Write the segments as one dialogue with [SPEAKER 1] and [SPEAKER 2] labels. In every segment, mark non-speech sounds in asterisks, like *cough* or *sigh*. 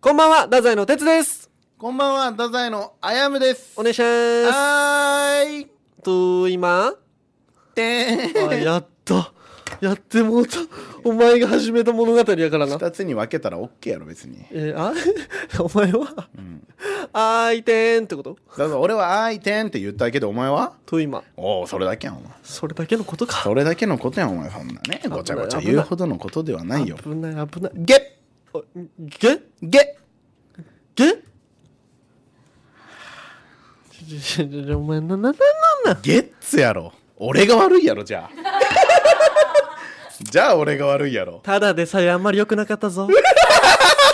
[SPEAKER 1] こんばんは、太宰の哲です。
[SPEAKER 2] こんばんは、太宰のあやむです。
[SPEAKER 1] お願いしま
[SPEAKER 2] はーい。
[SPEAKER 1] す。と、今。
[SPEAKER 2] て
[SPEAKER 1] あ、やった。やってもうた。お前が始めた物語やからな。
[SPEAKER 2] 二つに分けたらオッケーやろ、別に。
[SPEAKER 1] えーあ *laughs* お前は、あいてんってこと
[SPEAKER 2] だから俺はあーいてんって言ったけど、お前は
[SPEAKER 1] と今。
[SPEAKER 2] おお、それだけやん、お前。
[SPEAKER 1] それだけのことか。
[SPEAKER 2] それだけのことやん、お前。そんなね、ごちゃごちゃ
[SPEAKER 1] 危ない
[SPEAKER 2] 言うほどのことではないよ。
[SPEAKER 1] 危ない危ない。
[SPEAKER 2] げ
[SPEAKER 1] おげ
[SPEAKER 2] げ
[SPEAKER 1] げちょちょちょちょお前な、な、な、な、な。
[SPEAKER 2] ゲッツやろ。俺が悪いやろ、じゃあ。じゃあ俺が悪いやろ。
[SPEAKER 1] ただでさえあんまり良くなかった *laughs* ぞ。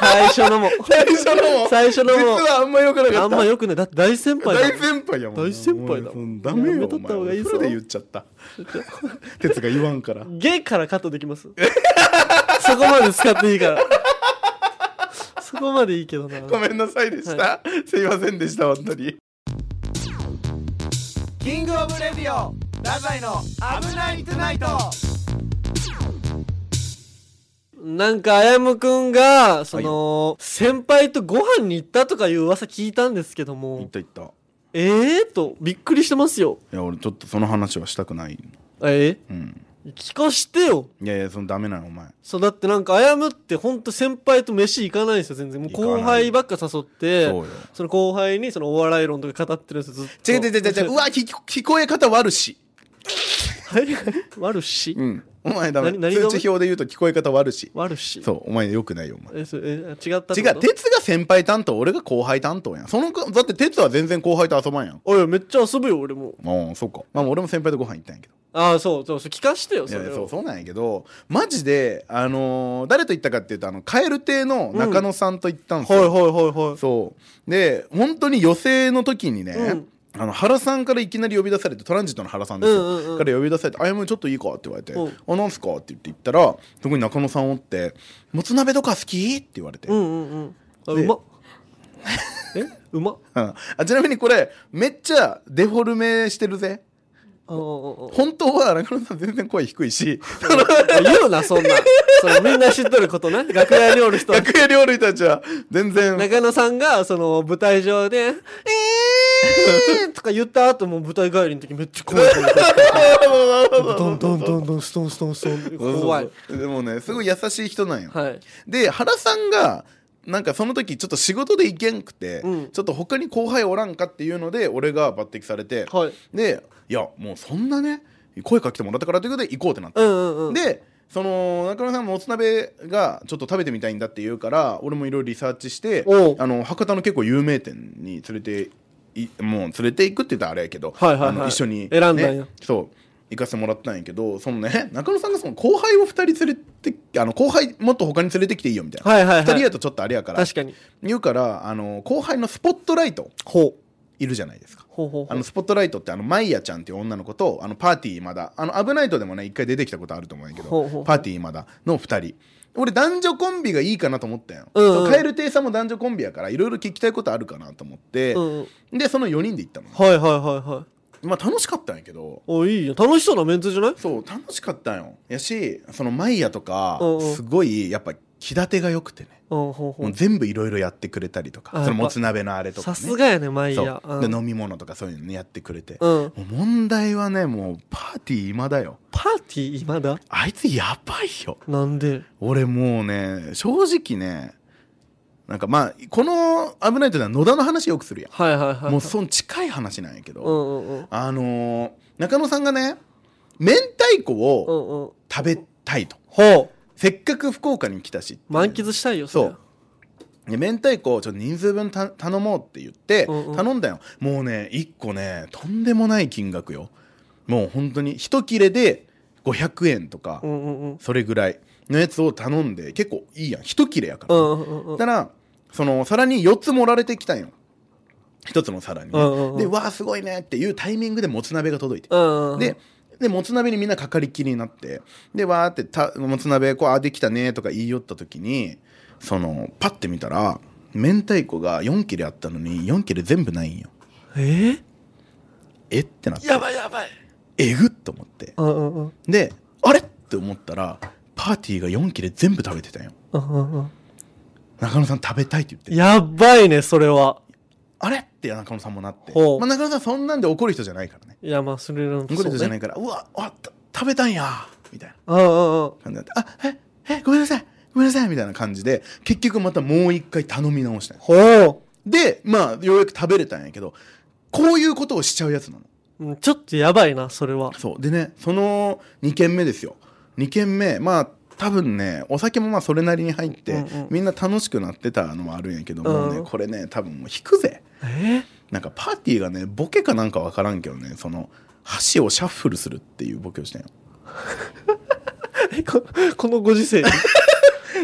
[SPEAKER 1] 最初のも。
[SPEAKER 2] 最初のも、
[SPEAKER 1] 最初のも
[SPEAKER 2] 実はあんま良くな
[SPEAKER 1] あ
[SPEAKER 2] か
[SPEAKER 1] ん
[SPEAKER 2] っ
[SPEAKER 1] ま
[SPEAKER 2] た。
[SPEAKER 1] 良くない。だって大先輩だ
[SPEAKER 2] 大
[SPEAKER 1] もん。
[SPEAKER 2] 先輩やもん。
[SPEAKER 1] 大先輩だもん
[SPEAKER 2] お前ダメ
[SPEAKER 1] や
[SPEAKER 2] よ
[SPEAKER 1] め、とった方がいいぞ
[SPEAKER 2] お前俺で言っちゃった。
[SPEAKER 1] ちょちょ
[SPEAKER 2] 鉄が言わんから。
[SPEAKER 1] ゲからカットできます *laughs* そこまで使っていいから *laughs* そこまでいいけどな
[SPEAKER 2] *laughs* ごめんなさいでした。すいませんでした、本当に。
[SPEAKER 3] キングオブレディオダザイの危ないトゥナイト
[SPEAKER 1] なんかあやむくんがその、先輩とご飯に行ったとかいう噂聞いたんですけど
[SPEAKER 2] いっ
[SPEAKER 1] も
[SPEAKER 2] たいった。い
[SPEAKER 1] ええー、とびっくりしてますよ
[SPEAKER 2] や、俺ちょっとその話はしたくない。
[SPEAKER 1] え
[SPEAKER 2] うん。
[SPEAKER 1] ー、聞かしてよ
[SPEAKER 2] いやいや、そのダメなの、お前。
[SPEAKER 1] そうだってなんかあやむってほんと先輩と飯行かないんですよ全然もう
[SPEAKER 2] 行かない
[SPEAKER 1] 後輩ばっか誘って
[SPEAKER 2] そうよ
[SPEAKER 1] その後輩にそのお笑い論とか語ってるんですよずっと
[SPEAKER 2] 違う違う違う違
[SPEAKER 1] *laughs*
[SPEAKER 2] う。うわ、聞聞こえ方悪し。
[SPEAKER 1] はい悪し
[SPEAKER 2] うん。お前ダメ。
[SPEAKER 1] 何何が
[SPEAKER 2] 通知表で言うと聞こえ方悪し。
[SPEAKER 1] 悪し
[SPEAKER 2] そう、お前よくないよ、お前。
[SPEAKER 1] えそえ違ったって
[SPEAKER 2] 違
[SPEAKER 1] こ
[SPEAKER 2] う、
[SPEAKER 1] と
[SPEAKER 2] 鉄が先輩担当、俺が後輩担当やん。その子、だって鉄は全然後輩と遊ばんやん。
[SPEAKER 1] おいめっちゃ遊ぶよ俺も
[SPEAKER 2] ああ、そうか。まあ俺も先輩とご飯行ったんやけど。
[SPEAKER 1] ああそうそうそう聞かしてよ
[SPEAKER 2] い
[SPEAKER 1] そ
[SPEAKER 2] や
[SPEAKER 1] れ
[SPEAKER 2] そう
[SPEAKER 1] を
[SPEAKER 2] そうなんやけどマジで、あのー誰と行ったかっていうとあの蛙亭の中野さんと行ったんです
[SPEAKER 1] はい
[SPEAKER 2] よ、
[SPEAKER 1] はいはいはい
[SPEAKER 2] そうで本当に予選の時にね、
[SPEAKER 1] うん
[SPEAKER 2] あの原さんからいきなり呼び出されてトランジットの原さんですよ、
[SPEAKER 1] うんうんうん
[SPEAKER 2] から呼び出されて「あやむちょっといいか?」って言われて「
[SPEAKER 1] うん
[SPEAKER 2] あなんすか?」って言って行ったらそこに中野さんおって「もつ鍋とか好き?」って言われて、
[SPEAKER 1] うんうんうんあ
[SPEAKER 2] で
[SPEAKER 1] うまっえうまっ
[SPEAKER 2] うんあちなみにこれめっちゃデフォルメしてるぜ
[SPEAKER 1] ああああ
[SPEAKER 2] 本当は中野さん全然声低いし
[SPEAKER 1] あ言うなそんなそれみんな知っとることな楽屋におる人
[SPEAKER 2] 楽屋料理たちは全然
[SPEAKER 1] 中野さんがその舞台上で「
[SPEAKER 2] *laughs*
[SPEAKER 1] えー!」とか言った後もう舞台帰りの時めっちゃ怖い声がドンドンドンドンストンストンストン怖い
[SPEAKER 2] でもねすごい優しい人なんよ、
[SPEAKER 1] はい
[SPEAKER 2] で原さんがなんかその時ちょっと仕事で行けんくて、
[SPEAKER 1] うん
[SPEAKER 2] ちょっと他に後輩おらんかっていうので俺が抜擢されて、
[SPEAKER 1] はい
[SPEAKER 2] でいやもうそんなね声かけてもらったからということで行こうってなって、
[SPEAKER 1] うんうんうん
[SPEAKER 2] でその中村さんもおつ鍋がちょっと食べてみたいんだって言うから俺もいろいろリサーチして
[SPEAKER 1] おう
[SPEAKER 2] あの博多の結構有名店に連れていもう連れて行くって言ったらあれやけど、
[SPEAKER 1] はいはいはい
[SPEAKER 2] あの一緒
[SPEAKER 1] 選
[SPEAKER 2] に、
[SPEAKER 1] んだんや
[SPEAKER 2] ねそう行かせてもらったんやけどそのね *laughs* 中野さんがその後輩を2人連れてあの後輩もっと他に連れてきていいよみたいな、
[SPEAKER 1] はいはいはい
[SPEAKER 2] 2人やとちょっとあれやから
[SPEAKER 1] 確かに
[SPEAKER 2] 言うからあの後輩のスポットライト
[SPEAKER 1] ほう
[SPEAKER 2] いるじゃないですか
[SPEAKER 1] ほうほう
[SPEAKER 2] あ
[SPEAKER 1] ほう
[SPEAKER 2] のスポットライトってあのマイヤちゃんっていう女の子とあのパーティーまだあの「危ないと」でもね一回出てきたことあると思うんやけど
[SPEAKER 1] ほうほうほう
[SPEAKER 2] パーティーまだの2人俺男女コンビがいいかなと思ったんよ、
[SPEAKER 1] うんうん
[SPEAKER 2] そうカエル亭さんも男女コンビやからいろいろ聞きたいことあるかなと思って、
[SPEAKER 1] うんうん
[SPEAKER 2] でその4人で行ったの
[SPEAKER 1] はいはいはいはい
[SPEAKER 2] まあ楽しかったんやけど
[SPEAKER 1] おいいよ楽しそうなメンツじゃない
[SPEAKER 2] そう楽しかったんよやしそのマイヤとか
[SPEAKER 1] うんうん
[SPEAKER 2] すごいやっぱ気立てが良くてね
[SPEAKER 1] うんほうほ
[SPEAKER 2] も
[SPEAKER 1] う
[SPEAKER 2] う全部いろいろやってくれたりと
[SPEAKER 1] あや
[SPEAKER 2] か
[SPEAKER 1] っぱ
[SPEAKER 2] そのもつ鍋のあれとか
[SPEAKER 1] さ
[SPEAKER 2] ね
[SPEAKER 1] すがやねマイ
[SPEAKER 2] そう
[SPEAKER 1] ヤう
[SPEAKER 2] で
[SPEAKER 1] ん
[SPEAKER 2] 飲み物とかそういうのねやってくれて、
[SPEAKER 1] うん
[SPEAKER 2] もう問題はねもうパーティー今だよ
[SPEAKER 1] パーティー今だ
[SPEAKER 2] あいつやばいよ
[SPEAKER 1] なんで
[SPEAKER 2] 俺もうね正直ねなんかまあこの「危ない」というのは野田の話よくするやん、
[SPEAKER 1] はいはいはい
[SPEAKER 2] もうそん近い話なんやけど、
[SPEAKER 1] うんうんうん
[SPEAKER 2] あのー中野さんがね明太子
[SPEAKER 1] う
[SPEAKER 2] を
[SPEAKER 1] んうん
[SPEAKER 2] 食べたいと、
[SPEAKER 1] ほう
[SPEAKER 2] せっかく福岡に来たし
[SPEAKER 1] 満喫したいよ
[SPEAKER 2] そ
[SPEAKER 1] りゃ
[SPEAKER 2] うで明太子をちょっと人数分た頼もうって言って
[SPEAKER 1] うんうん
[SPEAKER 2] 頼んだよ、もうね1個ねとんでもない金額よもう本当に1切れで500円とか、
[SPEAKER 1] うんうんうん
[SPEAKER 2] それぐらいのやつを頼んで結構いいやん1切れやか
[SPEAKER 1] う
[SPEAKER 2] ら、
[SPEAKER 1] んうんうん
[SPEAKER 2] たらその皿に4つ盛られてきたんよ1つの皿にね、
[SPEAKER 1] うんうんうん
[SPEAKER 2] でわあすごいねっていうタイミングでもつ鍋が届いて
[SPEAKER 1] うんうん
[SPEAKER 2] ででもつ鍋にみんなかかりっきりになってでわーってた「もつ鍋こうあできたね」とか言い寄った時にそのパッて見たら明太子が4切れあったのに4切れ全部ないんよ
[SPEAKER 1] え
[SPEAKER 2] えってなって
[SPEAKER 1] やばいやばい
[SPEAKER 2] えぐっと思って
[SPEAKER 1] うんうんうん
[SPEAKER 2] であれって思ったらパーティーが4切れ全部食べてたんよ
[SPEAKER 1] うんうんうん
[SPEAKER 2] 中野さん食べたいって言って
[SPEAKER 1] やっばいねそれは
[SPEAKER 2] あれって中野さんもなって、
[SPEAKER 1] ほう
[SPEAKER 2] まあ、中野さんそんなんで怒る人じゃないからね
[SPEAKER 1] いやまあそれなん
[SPEAKER 2] 怒る人じゃないいからう,、わあた食べたんやみたいな
[SPEAKER 1] うんうんうん
[SPEAKER 2] 感じになってあええごめんなさいごめんなさいみたいな感じで結局またもう一回頼み直したの
[SPEAKER 1] ほう
[SPEAKER 2] でまあようやく食べれたんやけどこういうことをしちゃうやつなの
[SPEAKER 1] うんちょっとやばいなそれは
[SPEAKER 2] そうでねその2軒目ですよ2軒目まあ多分ねお酒もまあそれなりに入って、
[SPEAKER 1] うんうん
[SPEAKER 2] みんな楽しくなってたのはあるんやけどもうね、
[SPEAKER 1] うん
[SPEAKER 2] これね多分もう引くぜ
[SPEAKER 1] え *laughs*
[SPEAKER 2] なんかパーティーがねボケかなんかわからんけどねその箸をシャッフルするっていうボケをしたんよ
[SPEAKER 1] ー、ここのご時世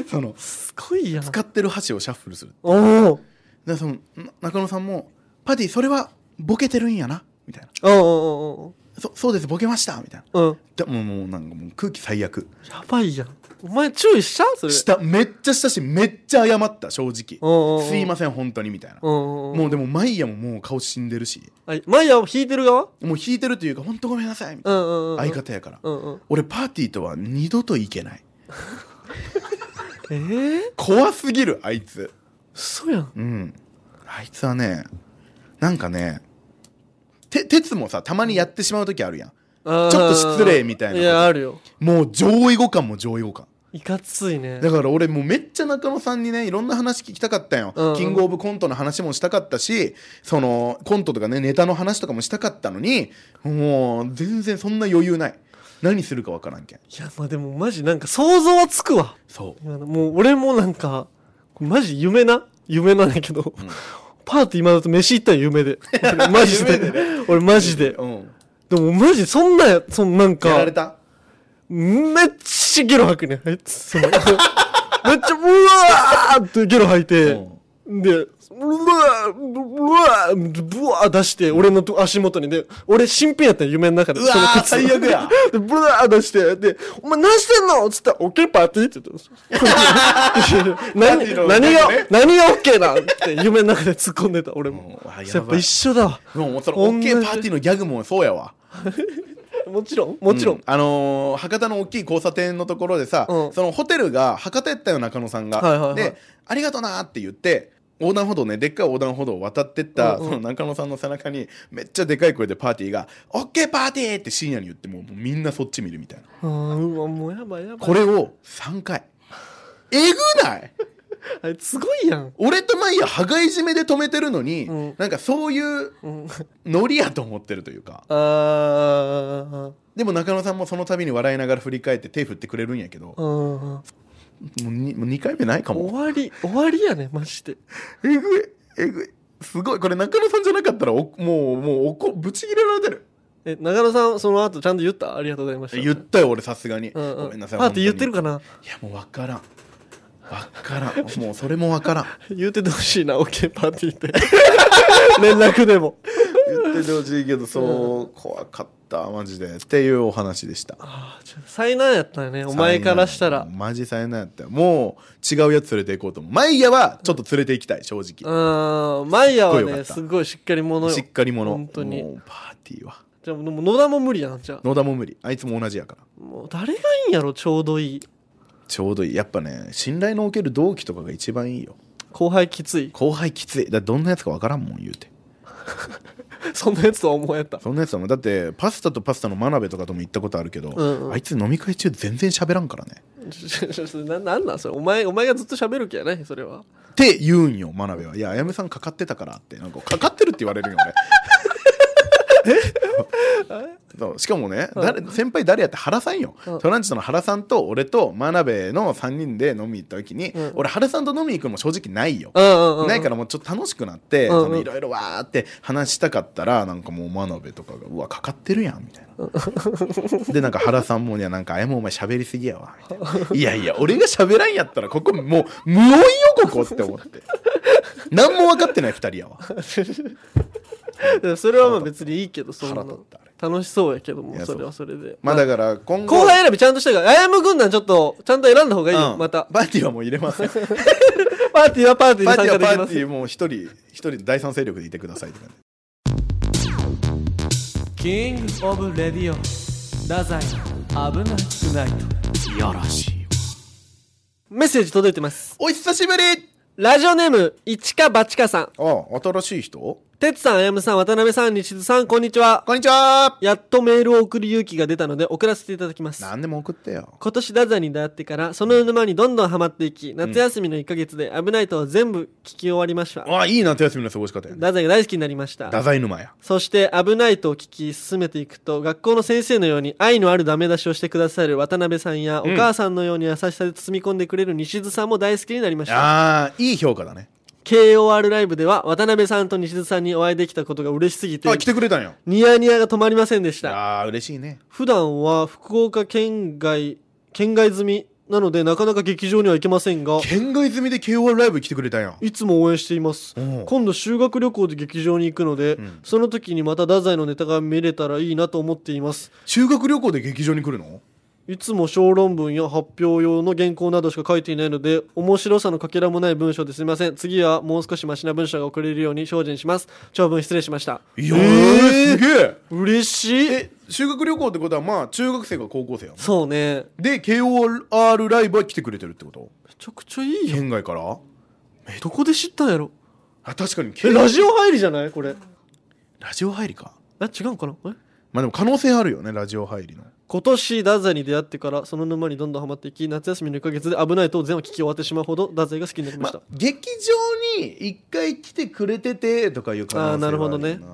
[SPEAKER 2] その
[SPEAKER 1] すごいやん
[SPEAKER 2] 使ってる箸をシャッフルする
[SPEAKER 1] おおう
[SPEAKER 2] でそのな中野さんも「パーティーそれはボケてるんやな」みたいな
[SPEAKER 1] おう
[SPEAKER 2] 「そそうですボケました」みたい
[SPEAKER 1] お
[SPEAKER 2] な
[SPEAKER 1] うおううん
[SPEAKER 2] でもうもうなんかもう空気最悪
[SPEAKER 1] やばいやんお前注意したそれ
[SPEAKER 2] しためっちゃしたしめっちゃ謝った正直
[SPEAKER 1] おうおうおう
[SPEAKER 2] 「すいません本当に」みたいな
[SPEAKER 1] うんうんうん
[SPEAKER 2] もうでもマイヤももう顔死んでるし
[SPEAKER 1] あマイヤーを引いてる側
[SPEAKER 2] もう引いてるというか「本当ごめんなさい」みた
[SPEAKER 1] う
[SPEAKER 2] い
[SPEAKER 1] んうんう
[SPEAKER 2] なん相方やから
[SPEAKER 1] うんうん
[SPEAKER 2] 俺パーティーとは二度と行けない
[SPEAKER 1] えー、
[SPEAKER 2] 怖すぎるあいつ
[SPEAKER 1] 嘘やん
[SPEAKER 2] うんあいつはねなんかねて鉄もさたまにやってしまう時あるやん
[SPEAKER 1] ちょ
[SPEAKER 2] ちょっと失礼みたいなこと
[SPEAKER 1] いやあるよ
[SPEAKER 2] もう上位互換も上位互換
[SPEAKER 1] いかついね
[SPEAKER 2] だから俺もうめっちゃ中野さんにねいろんな話聞きたかったよ、
[SPEAKER 1] うん
[SPEAKER 2] キングオブコントの話もしたかったしそのコントとかねネタの話とかもしたかったのにもう全然そんな余裕ない何するかわからんけん
[SPEAKER 1] いやまあでもマジなんか想像はつくわ
[SPEAKER 2] そ
[SPEAKER 1] 今のもう俺もなんかマジ夢な夢なんだけど、パーティー今だと飯行ったら夢で俺マジで
[SPEAKER 2] *laughs* 夢で
[SPEAKER 1] 俺マジで
[SPEAKER 2] う、うん、
[SPEAKER 1] でもマジそんなやそんなん
[SPEAKER 2] や
[SPEAKER 1] から
[SPEAKER 2] れた
[SPEAKER 1] めっちゃゲロ吐くねあいつその *laughs* めっちゃうわーってゲロ吐いて、で、うわーうわーぶわー出して、俺のと足元に。で、俺、新品やったよ、夢の中で。
[SPEAKER 2] うわー
[SPEAKER 1] その靴
[SPEAKER 2] 最悪や。
[SPEAKER 1] *laughs* で、ぶわー出して、で、お前何してんのっつったら、オッケーパーティーって
[SPEAKER 2] *laughs*
[SPEAKER 1] 言ったんですよ
[SPEAKER 2] パーティーの
[SPEAKER 1] 何、何が
[SPEAKER 2] ね、
[SPEAKER 1] 何がオッケーなんって、夢の中で突っ込んでた、俺も
[SPEAKER 2] うんあやば。い
[SPEAKER 1] やっぱ一緒だわ。
[SPEAKER 2] もうその
[SPEAKER 1] 同じ
[SPEAKER 2] OK パーティーのギャグもそうやわ
[SPEAKER 1] もちろん、もちろ。
[SPEAKER 2] うんあのー博多の大きい交差点のところでさ、
[SPEAKER 1] うん
[SPEAKER 2] そのホテルが博多やったよ中野さんが、
[SPEAKER 1] はいはいはい
[SPEAKER 2] で「ありがとな」って言って横断歩道ねでっかい横断歩道を渡ってった、
[SPEAKER 1] うんうん
[SPEAKER 2] その中野さんの背中にめっちゃでかい声でパーティーが「オッケーパーティー!」って深夜に言ってもうもうみんなそっち見るみたいな
[SPEAKER 1] あーうわ、もうやばいやばい。
[SPEAKER 2] これを3回えぐない
[SPEAKER 1] あれ、すごいやん。
[SPEAKER 2] 俺とマイヤ羽交い締めで止めてるのに、
[SPEAKER 1] うん
[SPEAKER 2] なんかそういう
[SPEAKER 1] うん、
[SPEAKER 2] ノリやと思ってるというか
[SPEAKER 1] あー、
[SPEAKER 2] でも中野さんもその度に笑いながら振り返って手振ってくれるんやけども
[SPEAKER 1] うん。
[SPEAKER 2] うにもう2回目ないかも
[SPEAKER 1] 終わり、終わりやね、マジで。
[SPEAKER 2] えぐいえぐいすごいこれ中野さんじゃなかったらおもうもうおこぶち切れられてる
[SPEAKER 1] え、長野さん、その後ちゃんと言ったありがとうございました。
[SPEAKER 2] 言ったよ俺さすがに、
[SPEAKER 1] うんうん
[SPEAKER 2] ごめんなさい
[SPEAKER 1] パーティー言ってるか
[SPEAKER 2] な
[SPEAKER 1] ない
[SPEAKER 2] やもう分からん分からんもうそれも分からん
[SPEAKER 1] 言うててほしいな、オッケーパーティー
[SPEAKER 2] *laughs*
[SPEAKER 1] って。連絡でも。
[SPEAKER 2] 言っててほしいけどそう、怖かったマジでっていうお話でした
[SPEAKER 1] ああ、ちょ災難やったよね、お前からしたら
[SPEAKER 2] もう。マジ災難やったよもう違うやつ連れて行こうと思う毎夜はちょっと連れて行きたい正
[SPEAKER 1] う
[SPEAKER 2] 直、
[SPEAKER 1] ーん、マイヤーは
[SPEAKER 2] すっごいよかっ
[SPEAKER 1] ね、
[SPEAKER 2] た
[SPEAKER 1] すごいしっかり者よ。
[SPEAKER 2] しっかり者
[SPEAKER 1] 本当に
[SPEAKER 2] もうパーティーは
[SPEAKER 1] じゃあ、でも野田も無理やん、じゃ
[SPEAKER 2] 野田も無理あいつも同じやから
[SPEAKER 1] あ。もう誰がいいんやろ、ちょうどいい。
[SPEAKER 2] ちょうどいいやっぱね信頼のおける同期とかが一番いいよ
[SPEAKER 1] 後輩きつい。
[SPEAKER 2] 後輩きついだどんなやつか分からんもん言うて
[SPEAKER 1] そんなやつとは思えた。
[SPEAKER 2] そんなやつはもうだってパスタとパスタの真鍋とかとも行ったことあるけど、
[SPEAKER 1] うんうん
[SPEAKER 2] あいつ飲み会中全然喋らんからね
[SPEAKER 1] ちょちょちょななんなんそれお前、お前がずっと喋る気やないそれは。
[SPEAKER 2] って言うんよ真鍋はいやあやめさんかかってたからってなんかかかってるって言われるよ俺
[SPEAKER 1] *laughs*
[SPEAKER 2] *laughs* そうしかもね誰先輩誰やって原さんよ、
[SPEAKER 1] うん
[SPEAKER 2] トランジットの原さんと俺と真鍋の3人で飲み行った時に、
[SPEAKER 1] うん
[SPEAKER 2] 俺原さんと飲み行くのも正直ないよ、
[SPEAKER 1] うんうんうん。
[SPEAKER 2] ないからもうちょっと楽しくなって
[SPEAKER 1] うんうん
[SPEAKER 2] そのいろいろわーって話したかったらなんかもう真鍋とかが「うわかかってるやん」みたいな *laughs* でなんか原さんもねなんか「あやもお前喋りすぎやわ」みたいな「いやいや俺が喋らんやったらここもう無音よここ」って思って何も分かってない2人やわ
[SPEAKER 1] ら。それはまあ別にいいけど、そんな
[SPEAKER 2] 腹立ったあれ。
[SPEAKER 1] 楽しそうやけど
[SPEAKER 2] い
[SPEAKER 1] も、
[SPEAKER 2] や
[SPEAKER 1] そ
[SPEAKER 2] そ
[SPEAKER 1] れ
[SPEAKER 2] う
[SPEAKER 1] はそれで。
[SPEAKER 2] まあだから今後
[SPEAKER 1] 後輩選びちゃんとしたから、あやむ軍団ちょっと、ちゃんと選んだ方がいいよ、
[SPEAKER 2] うん
[SPEAKER 1] また。
[SPEAKER 2] パーティーはもう入れ
[SPEAKER 1] *laughs*
[SPEAKER 2] ませんパー
[SPEAKER 1] パーティーはパーティ
[SPEAKER 2] テ
[SPEAKER 1] ー
[SPEAKER 2] ィー
[SPEAKER 1] に参
[SPEAKER 2] は
[SPEAKER 1] 加でき
[SPEAKER 2] パー
[SPEAKER 1] ま
[SPEAKER 2] テ
[SPEAKER 1] す
[SPEAKER 2] ィーもう一人一人第三勢力でいてくださいって感じ
[SPEAKER 3] キングオブレディオダザイの危なくない
[SPEAKER 2] いやらしいわ
[SPEAKER 1] メッセージ届いてます。
[SPEAKER 2] お久しぶり
[SPEAKER 1] ラジオネーム、一か八かさん。
[SPEAKER 2] あ新しい人
[SPEAKER 1] てつさん、あやむさん、渡辺さん、西津さん、こんにちは。
[SPEAKER 2] こんにちは
[SPEAKER 1] やっとメールを送る勇気が出たので送らせていただきます。
[SPEAKER 2] 何でも送ってよ
[SPEAKER 1] 今年ダザに出会ってからその沼にどんどんハマっていき夏休みの1ヶ月で「危ないと」は全部聞き終わりました、
[SPEAKER 2] あいい夏休みの過ごし方やね
[SPEAKER 1] ダザが大好きになりました
[SPEAKER 2] 太宰沼や
[SPEAKER 1] そして「危ないと」を聞き進めていくと学校の先生のように愛のあるダメ出しをしてくださる渡辺さんや、
[SPEAKER 2] ん
[SPEAKER 1] お母さんのように優しさで包み込んでくれる西津さんも大好きになりました
[SPEAKER 2] あーいい評価だね
[SPEAKER 1] KOR ライブでは渡辺さんと西津さんにお会いできたことが嬉しすぎて
[SPEAKER 2] あ来てくれたんよ
[SPEAKER 1] ニヤニヤが止まりませんでした
[SPEAKER 2] あー嬉しいね
[SPEAKER 1] 普段は福岡県外県外済みなのでなかなか劇場には行けませんが
[SPEAKER 2] 県外済みで KOR ライブ来てくれたんよ
[SPEAKER 1] いつも応援しています
[SPEAKER 2] うん
[SPEAKER 1] 今度修学旅行で劇場に行くので、
[SPEAKER 2] ん
[SPEAKER 1] その時にまた太宰のネタが見れたらいいなと思っています
[SPEAKER 2] 修学旅行で劇場に来るの
[SPEAKER 1] いつも小論文や発表用の原稿などしか書いていないので面白さのかけらもない文章ですみません次はもう少しマシな文章が送れるように精進します長文失礼しました
[SPEAKER 2] いやーすげえ
[SPEAKER 1] 嬉しい
[SPEAKER 2] え修学旅行ってことはまあ中学生が高校生やん
[SPEAKER 1] そうね
[SPEAKER 2] で KOR ライブは来てくれてるってこと
[SPEAKER 1] めちゃくちゃいいよ
[SPEAKER 2] 県外から
[SPEAKER 1] どこで知ったんやろ
[SPEAKER 2] あ確かに K-
[SPEAKER 1] えラジオ入りじゃないこれ
[SPEAKER 2] ラジオ入りか
[SPEAKER 1] え違うんかなえ
[SPEAKER 2] まあでも可能性あるよねラジオ入りの
[SPEAKER 1] 今年ダザイに出会ってからその沼にどんどんハマっていき夏休みの1ヶ月で危ないと全部聞き終わってしまうほどダザイが好きになりました、
[SPEAKER 2] 劇場に一回来てくれててとかいう可能性はあ
[SPEAKER 1] あーなるほどね
[SPEAKER 2] るな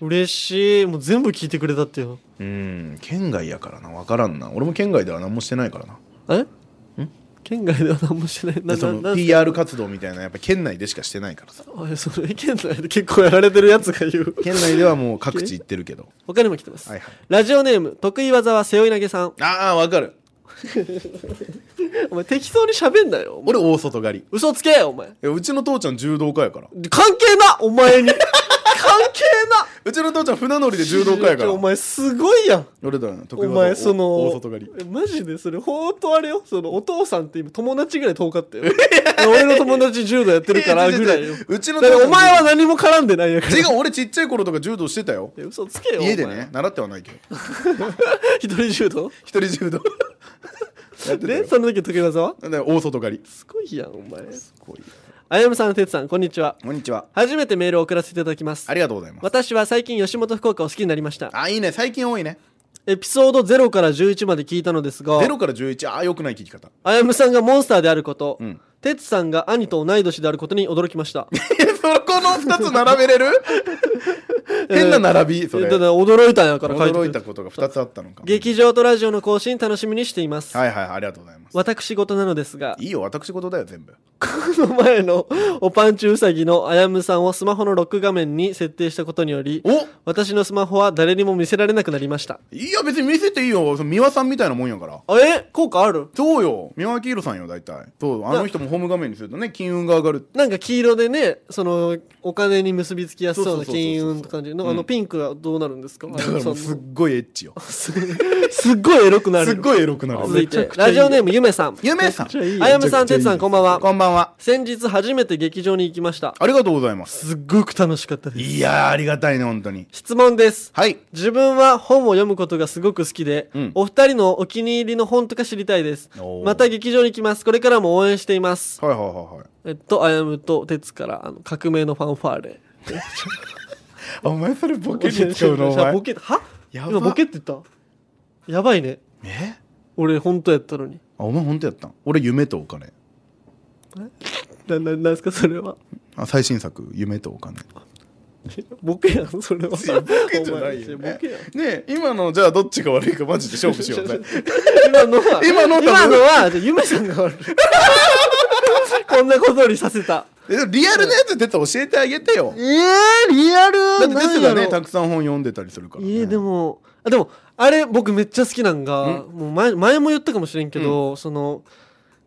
[SPEAKER 1] 嬉しいもう全部聞いてくれたってよ
[SPEAKER 2] うん県外やからな分からんな俺も県外では何もしてないからな
[SPEAKER 1] え県外では何もしてないな
[SPEAKER 2] でそ
[SPEAKER 1] なな
[SPEAKER 2] の PR 活動みたいなやっぱ県内でしかしてないからさ
[SPEAKER 1] あそれ県内で結構やられてるやつが言う
[SPEAKER 2] 県内ではもう各地行ってるけど
[SPEAKER 1] 他にも来てます、
[SPEAKER 2] はいはい
[SPEAKER 1] ラジオネーム得意技は背負い投げさん
[SPEAKER 2] ああ分かる
[SPEAKER 1] お前適当に喋んなよお前
[SPEAKER 2] 俺大外刈り
[SPEAKER 1] 嘘つけよお前
[SPEAKER 2] いやうちの父ちゃん柔道家やから
[SPEAKER 1] 関係なお前 *laughs* に関係な
[SPEAKER 2] うちの父ちゃん船乗りで柔道家やか
[SPEAKER 1] お
[SPEAKER 2] ら
[SPEAKER 1] 前すごいやん
[SPEAKER 2] 俺だよ得
[SPEAKER 1] お
[SPEAKER 2] 意技
[SPEAKER 1] 前その
[SPEAKER 2] 大外刈り
[SPEAKER 1] えマジでそれほんとあれよそのお父さんって今友達ぐらい遠かったよ俺の友達柔道やってるからぐらいよ
[SPEAKER 2] や違う違ううちの
[SPEAKER 1] だからお前は何も絡んでないやから
[SPEAKER 2] 違う俺ちっちゃい頃とか柔道してたよ
[SPEAKER 1] え嘘つけよ
[SPEAKER 2] 家で
[SPEAKER 1] お前
[SPEAKER 2] ね習ってはないけど
[SPEAKER 1] 一人柔道
[SPEAKER 2] 一人柔道 *laughs* やってたよ
[SPEAKER 1] でその時時技は
[SPEAKER 2] だから大外刈り
[SPEAKER 1] すごいやんお前
[SPEAKER 2] こういう
[SPEAKER 1] あやむさんてつさんこんにちは
[SPEAKER 2] こんにちは
[SPEAKER 1] 初めてメールを送らせていただきます
[SPEAKER 2] ありがとうございます
[SPEAKER 1] 私は最近吉本福岡を好きになりました
[SPEAKER 2] あいいね最近多いね
[SPEAKER 1] エピソード0から11まで聞いたのですが
[SPEAKER 2] 0から11ああよくない聞き方
[SPEAKER 1] あやむさんがモンスターであること
[SPEAKER 2] ん
[SPEAKER 1] てつさんが兄と同い年であることに驚きました
[SPEAKER 2] そこの2つ並べれる *laughs* 変な並びそれ
[SPEAKER 1] だから驚いたんやから書いてく
[SPEAKER 2] 驚
[SPEAKER 1] れ
[SPEAKER 2] い
[SPEAKER 1] た
[SPEAKER 2] たことが2つあったのか
[SPEAKER 1] 劇場とラジオの更新楽しみにしています、
[SPEAKER 2] はいはいありがとうございます
[SPEAKER 1] 私事なのですが
[SPEAKER 2] いいよ私事だよ全部
[SPEAKER 1] この前のおパンチウサギのあやむさんをスマホのロック画面に設定したことにより
[SPEAKER 2] お
[SPEAKER 1] 私のスマホは誰にも見せられなくなりました
[SPEAKER 2] いや別に見せていいよその美輪さんみたいなもんやから
[SPEAKER 1] あえ効果ある
[SPEAKER 2] そうよ三輪明宏さんよ大体そうあの人もホーム画面にするとね金運が上がるって
[SPEAKER 1] なんか黄色でねそのお金に結びつきやすそう
[SPEAKER 2] そう
[SPEAKER 1] な
[SPEAKER 2] そうそうそう
[SPEAKER 1] 金運って感じのあのピンクはどうなるんですか
[SPEAKER 2] だからもうすっごいエッチよ
[SPEAKER 1] すすっごいエロくなる
[SPEAKER 2] すっごいエロくなる
[SPEAKER 1] 続い
[SPEAKER 2] め
[SPEAKER 1] て
[SPEAKER 2] ちゃくちゃい
[SPEAKER 1] ラ
[SPEAKER 2] い
[SPEAKER 1] ジオネームゆめさん
[SPEAKER 2] ゆめさん
[SPEAKER 1] いいあやむさんてつさんこんばんは
[SPEAKER 2] こんばんは
[SPEAKER 1] 先日初めて劇場に行きました
[SPEAKER 2] ありがとうございます
[SPEAKER 1] すっごく楽しかったです
[SPEAKER 2] いやーありがたいね本当に
[SPEAKER 1] 質問です
[SPEAKER 2] はい
[SPEAKER 1] 自分は本を読むことがすごく好きで、
[SPEAKER 2] うん
[SPEAKER 1] お二人のお気に入りの本とか知りたいです
[SPEAKER 2] おー
[SPEAKER 1] また劇場に来ますこれからも応援しています
[SPEAKER 2] はいはいはいはい
[SPEAKER 1] えっとあやむとてつからあの革命のファンファーレ
[SPEAKER 2] お前それボケに使うのお *laughs* 前
[SPEAKER 1] ボケは
[SPEAKER 2] やば
[SPEAKER 1] 今ボケって言ったやばいね
[SPEAKER 2] え
[SPEAKER 1] 俺本当やったのに
[SPEAKER 2] あお前本当やったん俺夢とお金
[SPEAKER 1] なななんすかそれは
[SPEAKER 2] あ最新作夢とお金
[SPEAKER 1] ボケやんそれはボ
[SPEAKER 2] お前
[SPEAKER 1] ボケやん
[SPEAKER 2] ねえ今のじゃあどっちが悪いかマジで勝負し *laughs* ようぜ
[SPEAKER 1] 今のは
[SPEAKER 2] 今の多分
[SPEAKER 1] 今のはゆめさんが悪いこんなことにさせた
[SPEAKER 2] えでもリアルなやつ出たら教えてあげてよ
[SPEAKER 1] えー、リアル
[SPEAKER 2] だって出てたね
[SPEAKER 1] え
[SPEAKER 2] たくさん本読んでたりするから、ね、
[SPEAKER 1] えーでもあでもあれ僕めっちゃ好きなんが、もう前前も言ったかもしれんけど、その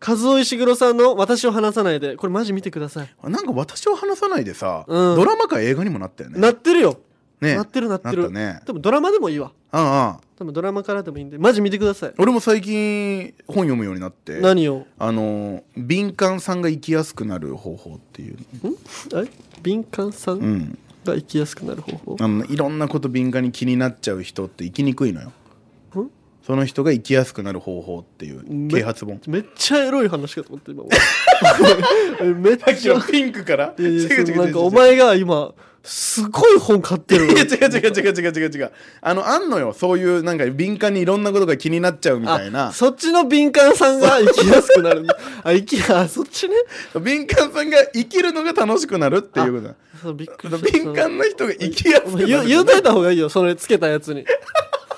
[SPEAKER 1] 和尾石黒さんの「私を離さないで」これマジ見てください、
[SPEAKER 2] あなんか私を話さないでさ、
[SPEAKER 1] うん
[SPEAKER 2] ドラマか映画にもなったよね
[SPEAKER 1] なってるよ、
[SPEAKER 2] ね
[SPEAKER 1] なってるなってる
[SPEAKER 2] ったね
[SPEAKER 1] 多分ドラマでもいいわ
[SPEAKER 2] ああ
[SPEAKER 1] 多分ドラマからでもいいんでマジ見てください
[SPEAKER 2] 俺も最近本読むようになって
[SPEAKER 1] 何を
[SPEAKER 2] あの敏感さんが生きやすくなる方法っていうん
[SPEAKER 1] あれ敏感さ
[SPEAKER 2] うんん
[SPEAKER 1] が生きやすくなる方法、
[SPEAKER 2] あのいろんなこと敏感に気になっちゃう人って生きにくいのよ
[SPEAKER 1] うん
[SPEAKER 2] その人が生きやすくなる方法っていう啓発本
[SPEAKER 1] めっちゃエロい話かと思って
[SPEAKER 2] *laughs*
[SPEAKER 1] 今めっちゃ
[SPEAKER 2] ピンクから
[SPEAKER 1] いやいや
[SPEAKER 2] 違う違う違う
[SPEAKER 1] そのなんか
[SPEAKER 2] 違う
[SPEAKER 1] お前が今すごい本買ってる
[SPEAKER 2] *laughs* いや違う違う違う違う違う違うあのあんのよそういうなんか敏感にいろんなことが気になっちゃうみたい
[SPEAKER 1] あ
[SPEAKER 2] な
[SPEAKER 1] そっちの敏感さんが生きやすくな
[SPEAKER 2] *laughs*
[SPEAKER 1] るあ生きあそっちね
[SPEAKER 2] 敏感さんが生きるのが楽しくなるっていうことだ
[SPEAKER 1] そうびっくりした
[SPEAKER 2] 敏感な人が生きやすく
[SPEAKER 1] その
[SPEAKER 2] なる
[SPEAKER 1] 言う言うといた方がいいよそれつけたやつに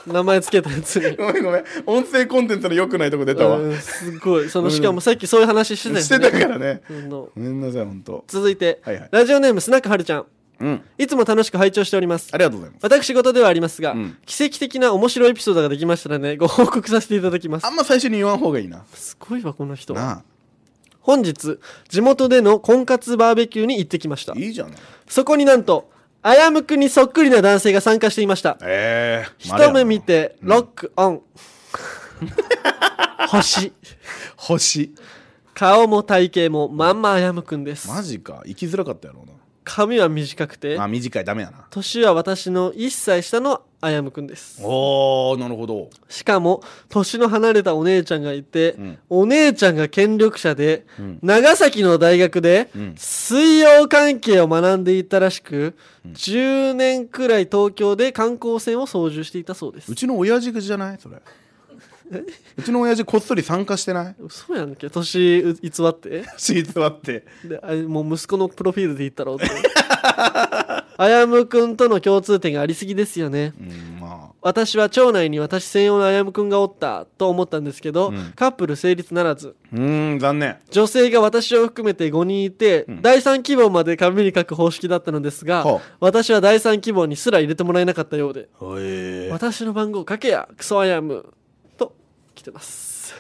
[SPEAKER 1] 名前つけたやつに
[SPEAKER 2] ごめんごめん音声コンテンツの良くないとこ出たわ
[SPEAKER 1] うんすごいそのしかもさっきそういう話してたよね
[SPEAKER 2] してたからね
[SPEAKER 1] あの
[SPEAKER 2] ごめんなさい本当
[SPEAKER 1] 続いて、
[SPEAKER 2] はいはい
[SPEAKER 1] ラジオネームスナックはるちゃん
[SPEAKER 2] うん
[SPEAKER 1] いつも楽しく拝聴しております
[SPEAKER 2] ありがとうございます
[SPEAKER 1] 私事ではありますが、
[SPEAKER 2] うん
[SPEAKER 1] 奇跡的な面白いエピソードができましたのでご報告させていただきます
[SPEAKER 2] あんま最初に言わん方がいいな
[SPEAKER 1] すごいわこの人
[SPEAKER 2] な
[SPEAKER 1] 本日地元での婚活バーベキューに行ってきました
[SPEAKER 2] あいいじゃない
[SPEAKER 1] そこになんとあやむくにそっくりな男性が参加していました
[SPEAKER 2] ええ
[SPEAKER 1] 一目見てロックオン、星
[SPEAKER 2] 星
[SPEAKER 1] 顔も体型もまんまあやむくんです
[SPEAKER 2] マジか生きづらかったやろうな
[SPEAKER 1] 髪は短くて
[SPEAKER 2] あ短いダメやな
[SPEAKER 1] 年は私の1歳下のあやむくんです
[SPEAKER 2] おーなるほど
[SPEAKER 1] しかも年の離れたお姉ちゃんがいて、
[SPEAKER 2] ん
[SPEAKER 1] お姉ちゃんが権力者で、
[SPEAKER 2] ん
[SPEAKER 1] 長崎の大学で
[SPEAKER 2] うん
[SPEAKER 1] 水曜関係を学んでいたらしく、10年くらい東京で観光船を操縦していたそうです
[SPEAKER 2] うちの親父じゃないそれうちの親父こっそり参加してない
[SPEAKER 1] そうやんけ年う偽って
[SPEAKER 2] シーツ割って
[SPEAKER 1] であもう息子のプロフィールで言ったろう
[SPEAKER 2] *laughs*
[SPEAKER 1] とあやむくんとの共通点がありすぎですよね
[SPEAKER 2] うんま
[SPEAKER 1] 私は町内に私専用のあやむくんがおったと思ったんですけど、
[SPEAKER 2] うん
[SPEAKER 1] カップル成立ならず
[SPEAKER 2] あうーん残念
[SPEAKER 1] 女性が私を含めて5人いて、
[SPEAKER 2] ん
[SPEAKER 1] 第3希望まで紙に書く方式だったのですが、
[SPEAKER 2] はあ
[SPEAKER 1] 私は第3希望にすら入れてもらえなかったようで
[SPEAKER 2] へえ
[SPEAKER 1] 私の番号書けやクソアヤムと来てます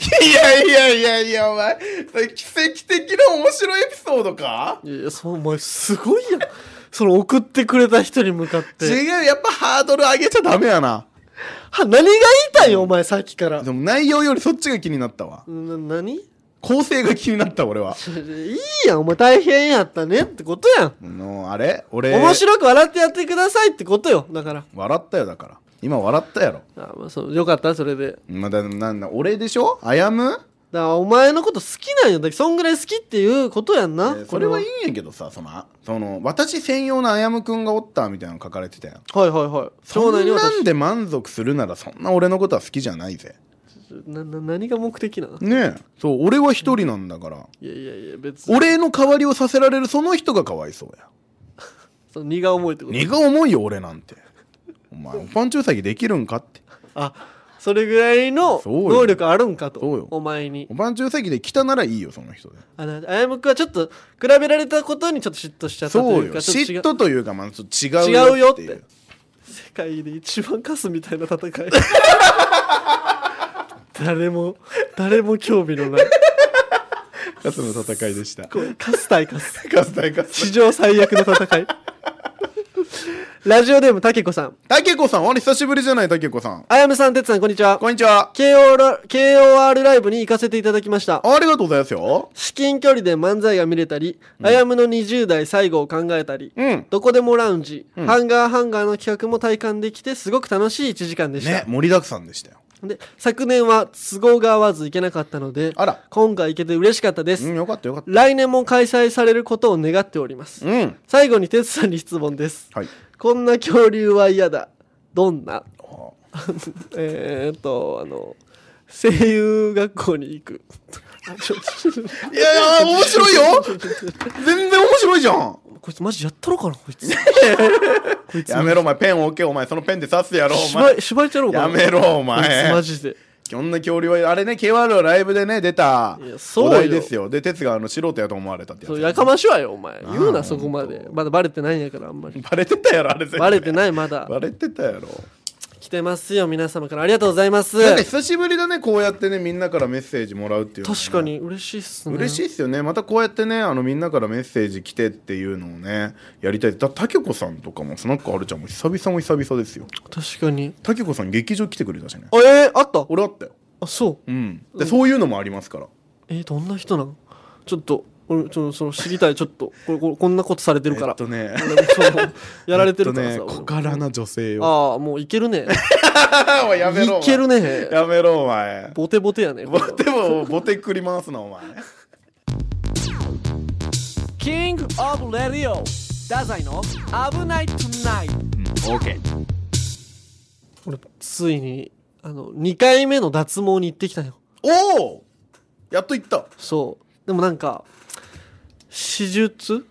[SPEAKER 2] いやいやいやいやお前それ奇跡的な面白いエピソードか
[SPEAKER 1] いやいやそうお前すごいやんその送ってくれた人に向かっ
[SPEAKER 2] 違
[SPEAKER 1] て
[SPEAKER 2] うやっぱハードル上げちゃダメやな
[SPEAKER 1] は何が言いたいよお前さっきから
[SPEAKER 2] でも内容よりそっちが気になったわ
[SPEAKER 1] な何い
[SPEAKER 2] 構成が気になった俺はい
[SPEAKER 1] やんお前大変やったねってことやん、
[SPEAKER 2] のあれ俺
[SPEAKER 1] 面白く笑ってやってくださいってことよだから
[SPEAKER 2] 笑ったよだから今笑ったやろ
[SPEAKER 1] あ、まあ、そうよかったそれで
[SPEAKER 2] まだなんだ俺でしょあやむ
[SPEAKER 1] だからお前のこと好きなんよだけどそんぐらい好きっていうことやんな、
[SPEAKER 2] えーそれはい
[SPEAKER 1] い
[SPEAKER 2] いんやけどさそのあその私専用のあやむくんがおったみたいなの書かれてたやん
[SPEAKER 1] はいはいはい長
[SPEAKER 2] そ
[SPEAKER 1] 男に
[SPEAKER 2] んなん
[SPEAKER 1] 私
[SPEAKER 2] で満足するならそんな俺のことは好きじゃないぜ
[SPEAKER 1] なな何が目的なの
[SPEAKER 2] ねえそう俺は一人なんだから
[SPEAKER 1] いやいやいや別に
[SPEAKER 2] 俺の代わりをさせられるその人がかわいそうや
[SPEAKER 1] その荷が重いってこと
[SPEAKER 2] 荷が重いよ俺なんてお前おパンチュー詐欺できるんかって
[SPEAKER 1] あそれぐらいの
[SPEAKER 2] そうよ
[SPEAKER 1] 能力あるんかと
[SPEAKER 2] そうよ
[SPEAKER 1] お前に
[SPEAKER 2] おパンチュー詐欺で来たならいいよその人で
[SPEAKER 1] あなあやむくはちょっと比べられたことにちょっと嫉妬しちゃったと
[SPEAKER 2] そう
[SPEAKER 1] い
[SPEAKER 2] よ
[SPEAKER 1] うかち
[SPEAKER 2] 嫉
[SPEAKER 1] ょっと違う
[SPEAKER 2] 妬というかまあちょっと違うよってい
[SPEAKER 1] 違う
[SPEAKER 2] う
[SPEAKER 1] よっ世界で一番カスみたいな戦い *laughs* 誰も誰も興味のない
[SPEAKER 2] カスの戦いでした
[SPEAKER 1] こうカス対カス
[SPEAKER 2] カス対カス
[SPEAKER 1] 史上最悪の戦いラジオネームたけこさん
[SPEAKER 2] たけこさんあれ久しぶりじゃないたけこさん
[SPEAKER 1] あやむさんてつさんこんにちは
[SPEAKER 2] こんにちは
[SPEAKER 1] KOR, KOR ライブに行かせていただきました
[SPEAKER 2] ありがとうございますよ
[SPEAKER 1] 至近距離で漫才が見れたり、あやむの20代最後を考えたり、
[SPEAKER 2] うん
[SPEAKER 1] どこでもラウンジ、ハンガーハンガーの企画も体感できてすごく楽しい1時間でした、
[SPEAKER 2] ね盛りだくさんでしたよ
[SPEAKER 1] で昨年は都合が合わず行けなかったので
[SPEAKER 2] あら
[SPEAKER 1] 今回行けて嬉しかったです、
[SPEAKER 2] うんよかったよかった
[SPEAKER 1] 来年も開催されることを願っております、
[SPEAKER 2] うん
[SPEAKER 1] 最後にてつさんに質問です
[SPEAKER 2] はい
[SPEAKER 1] こんな恐竜は嫌だどんな
[SPEAKER 2] あー
[SPEAKER 1] えーっとあの声優学校に行くあちょちょ
[SPEAKER 2] いやいや面白いよ全然面白いじゃん
[SPEAKER 1] こいつマジやったろかなこいつこいつ
[SPEAKER 2] やめろお前ペン置けお前そのペンで刺すやろお
[SPEAKER 1] 縛
[SPEAKER 2] 前
[SPEAKER 1] り縛りちゃろうかな
[SPEAKER 2] やめろお前
[SPEAKER 1] こいつマジで
[SPEAKER 2] こんな恐竜はあれね KR はライブでね出た
[SPEAKER 1] いやそうよ
[SPEAKER 2] お題ですよで哲があの素人やと思われたって
[SPEAKER 1] そう
[SPEAKER 2] や
[SPEAKER 1] や
[SPEAKER 2] つ
[SPEAKER 1] かましわよお前言う
[SPEAKER 2] あ
[SPEAKER 1] な
[SPEAKER 2] あ
[SPEAKER 1] そこまでまだバレてないんやからあんまり
[SPEAKER 2] バレてたやろあれ全部
[SPEAKER 1] バレてないまだ
[SPEAKER 2] バレてたやろ
[SPEAKER 1] 来てますよ皆様からありがとうございます
[SPEAKER 2] なんか久しぶりだねこうやってねみんなからメッセージもらうっていうのはね
[SPEAKER 1] 確かに嬉しいっすね
[SPEAKER 2] 嬉し
[SPEAKER 1] い
[SPEAKER 2] いっすよねまたこうやってねあのみんなからメッセージ来てっていうのをねやりたいだたけこさんとかもスナックあるちゃんも久々も久々ですよ
[SPEAKER 1] 確かに
[SPEAKER 2] たけこさん劇場来てくれたしね
[SPEAKER 1] あえー、あった
[SPEAKER 2] 俺あったよ
[SPEAKER 1] あそう
[SPEAKER 2] うんで、そういうのもありますから
[SPEAKER 1] えー、どんな人なんちょっと俺ちょっとその知りたいちょっとこれこれこんなことされてるから、
[SPEAKER 2] えっとね
[SPEAKER 1] 俺もそのやられてるから
[SPEAKER 2] え
[SPEAKER 1] さ、
[SPEAKER 2] っとね小柄な女性よ
[SPEAKER 1] ああもういけるね
[SPEAKER 2] あお前やめろお前
[SPEAKER 1] いけるね
[SPEAKER 2] やめろお前
[SPEAKER 1] ボテボテやね
[SPEAKER 2] ボテもボテくり回すなお前
[SPEAKER 3] キングオブレディオ太宰の危ないトゥナイト
[SPEAKER 2] オーケー
[SPEAKER 1] 俺ついにあの2回目の脱毛に行ってきたよ
[SPEAKER 2] おおやっといった
[SPEAKER 1] そうでもなんか手術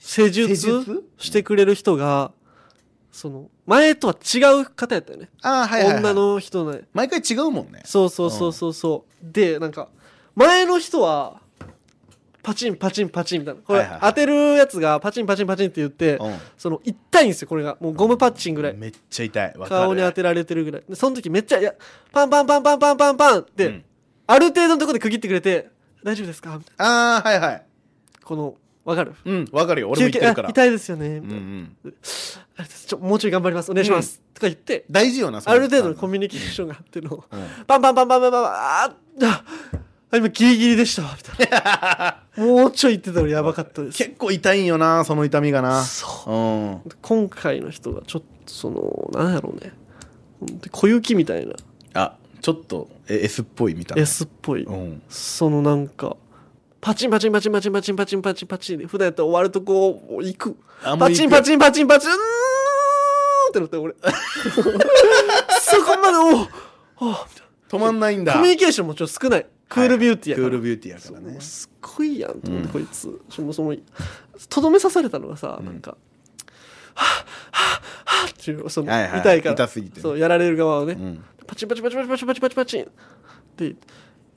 [SPEAKER 1] 施
[SPEAKER 2] 施
[SPEAKER 1] 術
[SPEAKER 2] 術
[SPEAKER 1] してくれる人がその前とは違う方やったよね、
[SPEAKER 2] ああはいはい、はい、
[SPEAKER 1] 女の人ね
[SPEAKER 2] 毎回違うもんね
[SPEAKER 1] そうそうそうそうそうでなんか前の人はパチンパチンパチンみたいなこれ、
[SPEAKER 2] はいはいはい
[SPEAKER 1] 当てるやつがパチンパチンパチンって言って、
[SPEAKER 2] うん
[SPEAKER 1] その痛いんですよこれがもうゴムパッチンぐらい、
[SPEAKER 2] めっちゃ痛いわかる
[SPEAKER 1] 顔に当てられてるぐらいでその時めっちゃいやパンパンパンパンパンパンパンって、
[SPEAKER 2] うん
[SPEAKER 1] ある程度のところで区切ってくれて大丈夫ですかみたいな
[SPEAKER 2] ああはいはい
[SPEAKER 1] このわかる
[SPEAKER 2] うんわかるよ俺も言ってるか
[SPEAKER 1] 休
[SPEAKER 2] ら
[SPEAKER 1] 憩あ痛いですよねみ
[SPEAKER 2] う
[SPEAKER 1] たい
[SPEAKER 2] んう
[SPEAKER 1] な、
[SPEAKER 2] ん
[SPEAKER 1] あれですちょもうちょい頑張りますお願いします、とか言って
[SPEAKER 2] 大事よなそ
[SPEAKER 1] あ
[SPEAKER 2] れ
[SPEAKER 1] る程度のコミュニケーションがあっての、
[SPEAKER 2] ん
[SPEAKER 1] パンパンパンパンパンパンあーああ今ギリギリでしたわみたい
[SPEAKER 2] *laughs*
[SPEAKER 1] なもうちょい言ってたのやばかったです
[SPEAKER 2] 結構痛いんよなその痛みがな、
[SPEAKER 1] そう
[SPEAKER 2] ん、
[SPEAKER 1] 今回の人がちょっとそのなんやろうねほんと小雪みたいな
[SPEAKER 2] あちょっとえ S っぽいみたいな
[SPEAKER 1] S っぽい、
[SPEAKER 2] うん
[SPEAKER 1] そのなんかパチンパチンパチンパチンパチンパチンパチンパチンで普段やったら終わるとこを行く
[SPEAKER 2] あもう
[SPEAKER 1] パ
[SPEAKER 2] 行く
[SPEAKER 1] チンパチンパチンパチンうーんってなって
[SPEAKER 2] *laughs*
[SPEAKER 1] 俺そこまでおうおうみたい
[SPEAKER 2] 止まんないん
[SPEAKER 1] な
[SPEAKER 2] だ
[SPEAKER 1] コミュニケーションもちょっと少ないクールビューティーやから、
[SPEAKER 2] クールビューティーやからね
[SPEAKER 1] もうすっごいやんと思って、こいつそもそもとどめ刺されたのがさ、なんか「はっはっはっ」っていうその、
[SPEAKER 2] はいはい
[SPEAKER 1] 痛いから
[SPEAKER 2] 痛すぎてね
[SPEAKER 1] そうやられる側をね、
[SPEAKER 2] ん
[SPEAKER 1] パチンパチンパチンパチンパチンパチンパチンって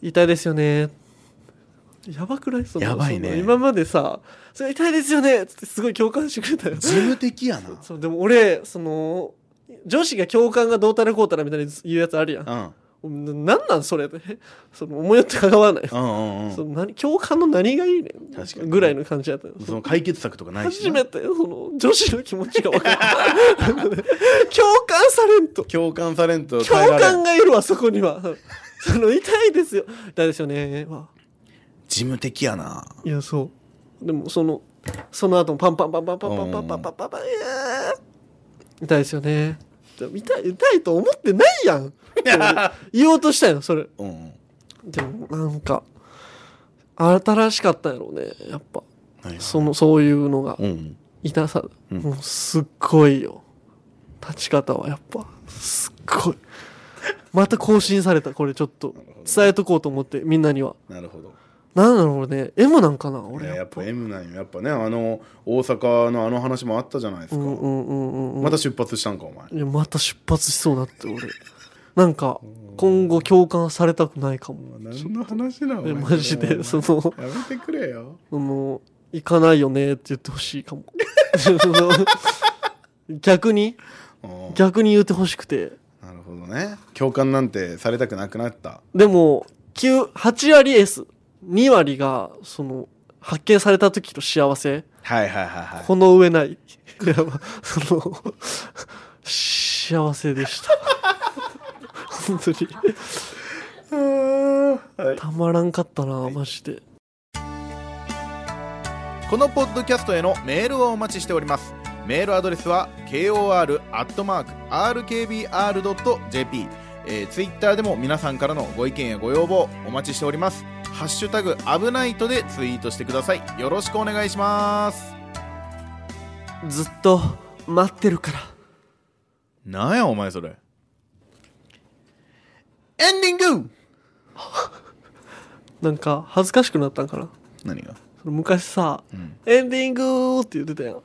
[SPEAKER 1] 痛いですよねやばくないその
[SPEAKER 2] やばいね
[SPEAKER 1] その今までさ「それ痛いですよね」っつってすごい共感してくれたよ
[SPEAKER 2] 事務的やなう
[SPEAKER 1] そうでも俺その女子が共感がどうたらこうたらみたいに言うやつあるやん
[SPEAKER 2] ん
[SPEAKER 1] ななんなんそれってその思いよって関わらない
[SPEAKER 2] うんうんう
[SPEAKER 1] そ
[SPEAKER 2] ん
[SPEAKER 1] の何共感の何がいいねん
[SPEAKER 2] 確かに
[SPEAKER 1] ぐらいの感じやったよ
[SPEAKER 2] その解決策とかないし
[SPEAKER 1] 初
[SPEAKER 2] な
[SPEAKER 1] めてその女子の気持ちが分かるなんかね共感されんと
[SPEAKER 2] 共感されんと耐えら
[SPEAKER 1] 共
[SPEAKER 2] れ
[SPEAKER 1] 感
[SPEAKER 2] ん
[SPEAKER 1] がいるわそこにはその痛いですよ痛いですよねは
[SPEAKER 2] 事務的やない
[SPEAKER 1] やそうでもそのその後もパンパンパンパンパンパンパンパンパンパンパンいやー痛いですよねでも痛い痛いと思ってないやん言おうとしたよそれ
[SPEAKER 2] *laughs* うんうん
[SPEAKER 1] でもなんか新しかったんやろうねやっぱ
[SPEAKER 2] はい
[SPEAKER 1] そのそういうのが
[SPEAKER 2] うん
[SPEAKER 1] 痛さ、
[SPEAKER 2] ん
[SPEAKER 1] もうすっごいよ立ち方はやっぱすっごいまた更新されたこれちょっと伝えとこうと思ってみんなには
[SPEAKER 2] なるほど
[SPEAKER 1] なんだろうね M なんかな俺
[SPEAKER 2] 俺
[SPEAKER 1] や
[SPEAKER 2] や
[SPEAKER 1] っ
[SPEAKER 2] っ
[SPEAKER 1] ぱ
[SPEAKER 2] ぱ M なんよやっぱねあの大阪のあの話もあったじゃないです
[SPEAKER 1] う
[SPEAKER 2] か
[SPEAKER 1] んうんうんうんうん
[SPEAKER 2] また出発したんかお前
[SPEAKER 1] いやまた出発しそうだって俺なんか今後共感されたくないかも
[SPEAKER 2] 何の話なの
[SPEAKER 1] えマジでその
[SPEAKER 2] やめてくれよ
[SPEAKER 1] その行かないよねって言ってほしい
[SPEAKER 2] *laughs*
[SPEAKER 1] かもその逆に
[SPEAKER 2] うん
[SPEAKER 1] 逆に言ってほしくて
[SPEAKER 2] なるほどね共感なんてされたくなくなった
[SPEAKER 1] でも、9、8割 S、2割が、その、発見された時の幸せ、
[SPEAKER 2] はいはいはいはい
[SPEAKER 1] この上ない。いやその、幸せでした。本当に。たまらんかったな、マジで。
[SPEAKER 2] このポッドキャストへのメールをお待ちしておりますメールアドレスは kor.rkbr.jp えー、ツイッターでも皆さんからのご意見やご要望お待ちしておりますハッシュタグ危ないとでツイートしてくださいよろしくお願いします
[SPEAKER 1] ずっと、待ってるから。
[SPEAKER 2] なんやお前それエンディング
[SPEAKER 1] なんか、恥ずかしくなったんかな。
[SPEAKER 2] 何が
[SPEAKER 1] その昔さ、エンディングーって言ってたやん。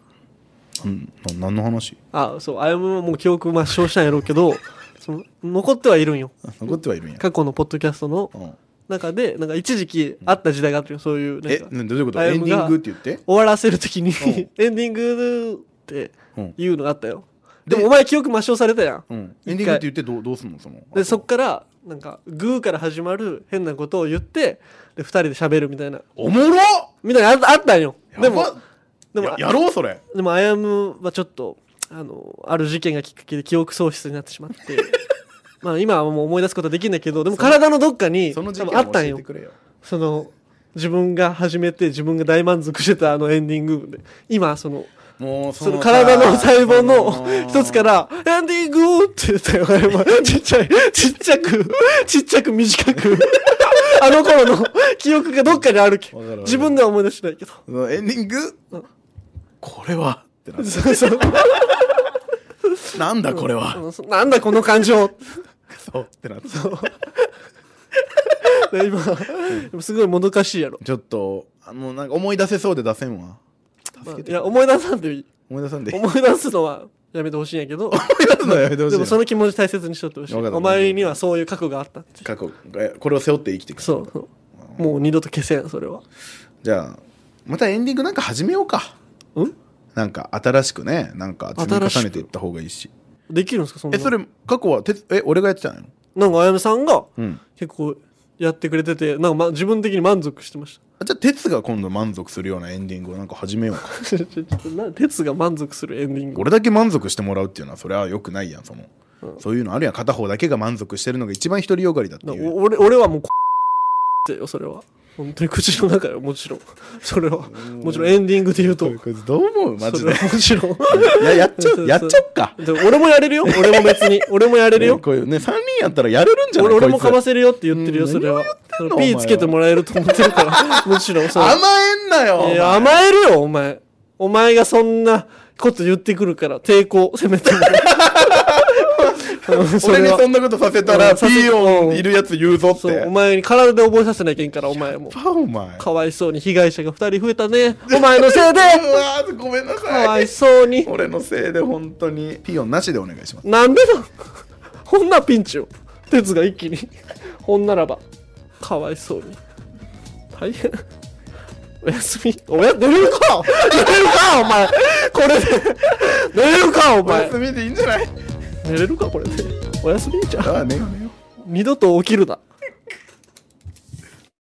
[SPEAKER 2] うんな何の話
[SPEAKER 1] あ、そう、あやむももう記憶抹消したんやろうけど、その、残ってはいるんよ。
[SPEAKER 2] 残ってはいるんや、
[SPEAKER 1] 過去のポッドキャストの
[SPEAKER 2] うん、
[SPEAKER 1] 中で、なんか一時期あった時代があったよ、そういう。なん
[SPEAKER 2] え
[SPEAKER 1] か
[SPEAKER 2] などういうこと
[SPEAKER 1] あや
[SPEAKER 2] エン
[SPEAKER 1] む
[SPEAKER 2] デ
[SPEAKER 1] が
[SPEAKER 2] ィングって言って
[SPEAKER 1] 終わらせるときに、 *laughs* エンディングって
[SPEAKER 2] うん
[SPEAKER 1] いうのがあったよ。
[SPEAKER 2] で
[SPEAKER 1] でもお前記憶抹消されたやん。
[SPEAKER 2] うん、エンディングって言ってどうどうすんのその
[SPEAKER 1] で、そっから、なんか、グーから始まる変なことを言って、で、二人で喋るみたいな。
[SPEAKER 2] おもろ
[SPEAKER 1] みたいなのああったんよ。で
[SPEAKER 2] で
[SPEAKER 1] も
[SPEAKER 2] も、
[SPEAKER 1] でも
[SPEAKER 2] や、やろうそれ
[SPEAKER 1] でも、あやむはちょっと、あの、ある事件がきっかけで記憶喪失になってしまっ
[SPEAKER 2] *laughs*
[SPEAKER 1] て、まあ今はもう思い出すことはできんだけど、でも体のどっかに
[SPEAKER 2] そ
[SPEAKER 1] 多
[SPEAKER 2] の事
[SPEAKER 1] 分
[SPEAKER 2] 件
[SPEAKER 1] あ
[SPEAKER 2] を
[SPEAKER 1] ったん
[SPEAKER 2] 教え
[SPEAKER 1] よ
[SPEAKER 2] て。くれよ
[SPEAKER 1] その、自分が始めて自分が大満足してたあのエンディングで今その
[SPEAKER 2] もうそ
[SPEAKER 1] その体の細胞
[SPEAKER 2] そ
[SPEAKER 1] の一つから、エンディングって言ったよ、あれはちっちゃい、ちっちゃく、ちっちゃく短
[SPEAKER 2] *laughs*
[SPEAKER 1] く。あの頃の記憶がどっかにあるけ
[SPEAKER 2] わかるわかる
[SPEAKER 1] 自分では思い出しないけど。
[SPEAKER 2] そのエンディング、これはってなっ
[SPEAKER 1] そうそう
[SPEAKER 2] てなんだこれは、
[SPEAKER 1] うんそうなんだこの感情。
[SPEAKER 2] そうってなって
[SPEAKER 1] で今、今すごいもどかしいやろ。
[SPEAKER 2] ちょっとあのなんか思い出せそうで出せんわ
[SPEAKER 1] まあ
[SPEAKER 2] 助け
[SPEAKER 1] い
[SPEAKER 2] て
[SPEAKER 1] や、思い出さんでいい。
[SPEAKER 2] 思い出さんで
[SPEAKER 1] 思い出すのはやめてほしいんやけど、
[SPEAKER 2] 思い出す *laughs* のやめてほしい
[SPEAKER 1] で
[SPEAKER 2] な
[SPEAKER 1] もその気持ち大切にしとってほしい。
[SPEAKER 2] わかった
[SPEAKER 1] お前にはそういう覚悟があったって。
[SPEAKER 2] 過去えこれを背負って生きていく
[SPEAKER 1] そうそう。もう二度と消せん、それは。
[SPEAKER 2] じゃあまたエンディングなんか始めようか
[SPEAKER 1] うん
[SPEAKER 2] なんか新しくねなんか積み重ねていった方がいいし
[SPEAKER 1] できるんですか、そんな
[SPEAKER 2] えそれ過去はてつえ俺がやってたのよ
[SPEAKER 1] なんかあやめさんが
[SPEAKER 2] ん
[SPEAKER 1] 結構やってくれてて、なんか、ま、自分的に満足してまし
[SPEAKER 2] あじゃあ哲が今度満足するようなエンディングをなんか始めよ
[SPEAKER 1] *laughs*
[SPEAKER 2] うか
[SPEAKER 1] た。ちょちょちょっとな鉄が満足するエンディング。
[SPEAKER 2] 俺だけ満足してもらうっていうのはそれはよくないやんその、そういうのあるやん片方だけが満足してるのが一番独りよがりだって
[SPEAKER 1] な
[SPEAKER 2] いう
[SPEAKER 1] お俺俺はもうこだよ、それは。本当に口の中よ、もちろん。それは。もちろんエンディングで言うと。
[SPEAKER 2] こいつどう思うマジ
[SPEAKER 1] そ
[SPEAKER 2] で
[SPEAKER 1] れはもちろん。
[SPEAKER 2] い *laughs* ややっちゃ
[SPEAKER 1] そうう
[SPEAKER 2] やっちゃおっか
[SPEAKER 1] で俺もやれるよ、俺も別に。俺もやれる
[SPEAKER 2] ね
[SPEAKER 1] よ。
[SPEAKER 2] こういうね3人やったらやれるんじゃない
[SPEAKER 1] 俺俺も
[SPEAKER 2] こ
[SPEAKER 1] か
[SPEAKER 2] いつ
[SPEAKER 1] ませるよって言ってるよ、それは。
[SPEAKER 2] んの
[SPEAKER 1] その
[SPEAKER 2] お前
[SPEAKER 1] ピ
[SPEAKER 2] は
[SPEAKER 1] ーつけてもらえると思ってる
[SPEAKER 2] *laughs*
[SPEAKER 1] から。もちろん、そう。
[SPEAKER 2] 甘えんないよ
[SPEAKER 1] や、甘えるよ、お前。お前がそんなこと言ってくるから、抵抗、せめて
[SPEAKER 2] *laughs*
[SPEAKER 1] も。うんそ
[SPEAKER 2] 俺
[SPEAKER 1] れ
[SPEAKER 2] に
[SPEAKER 1] は
[SPEAKER 2] そんなことさせたら
[SPEAKER 1] うんさせ
[SPEAKER 2] P 音いるやつ言うぞっ
[SPEAKER 1] そうお
[SPEAKER 2] て
[SPEAKER 1] 前に体で覚えさせなきゃいけんから、お前も。
[SPEAKER 2] パお前
[SPEAKER 1] かわいそうに被害者が2人増えたね。お前のせいで
[SPEAKER 2] うわーごめんな
[SPEAKER 1] かわ
[SPEAKER 2] さい
[SPEAKER 1] いそうに。
[SPEAKER 2] 俺のせいで本当にピヨンなしでお願いします
[SPEAKER 1] なんでだこんなピンチを。鉄が一気に。ほんならば。かわいそうに。大変。おやすみ。おや、寝れるか寝れるかお前。これで。寝れるかお
[SPEAKER 2] お
[SPEAKER 1] 前。
[SPEAKER 2] みでいいんじゃない
[SPEAKER 1] 寝れるかこれでおやすみじゃん
[SPEAKER 2] ああ寝よう寝よう
[SPEAKER 1] 二度と起きるな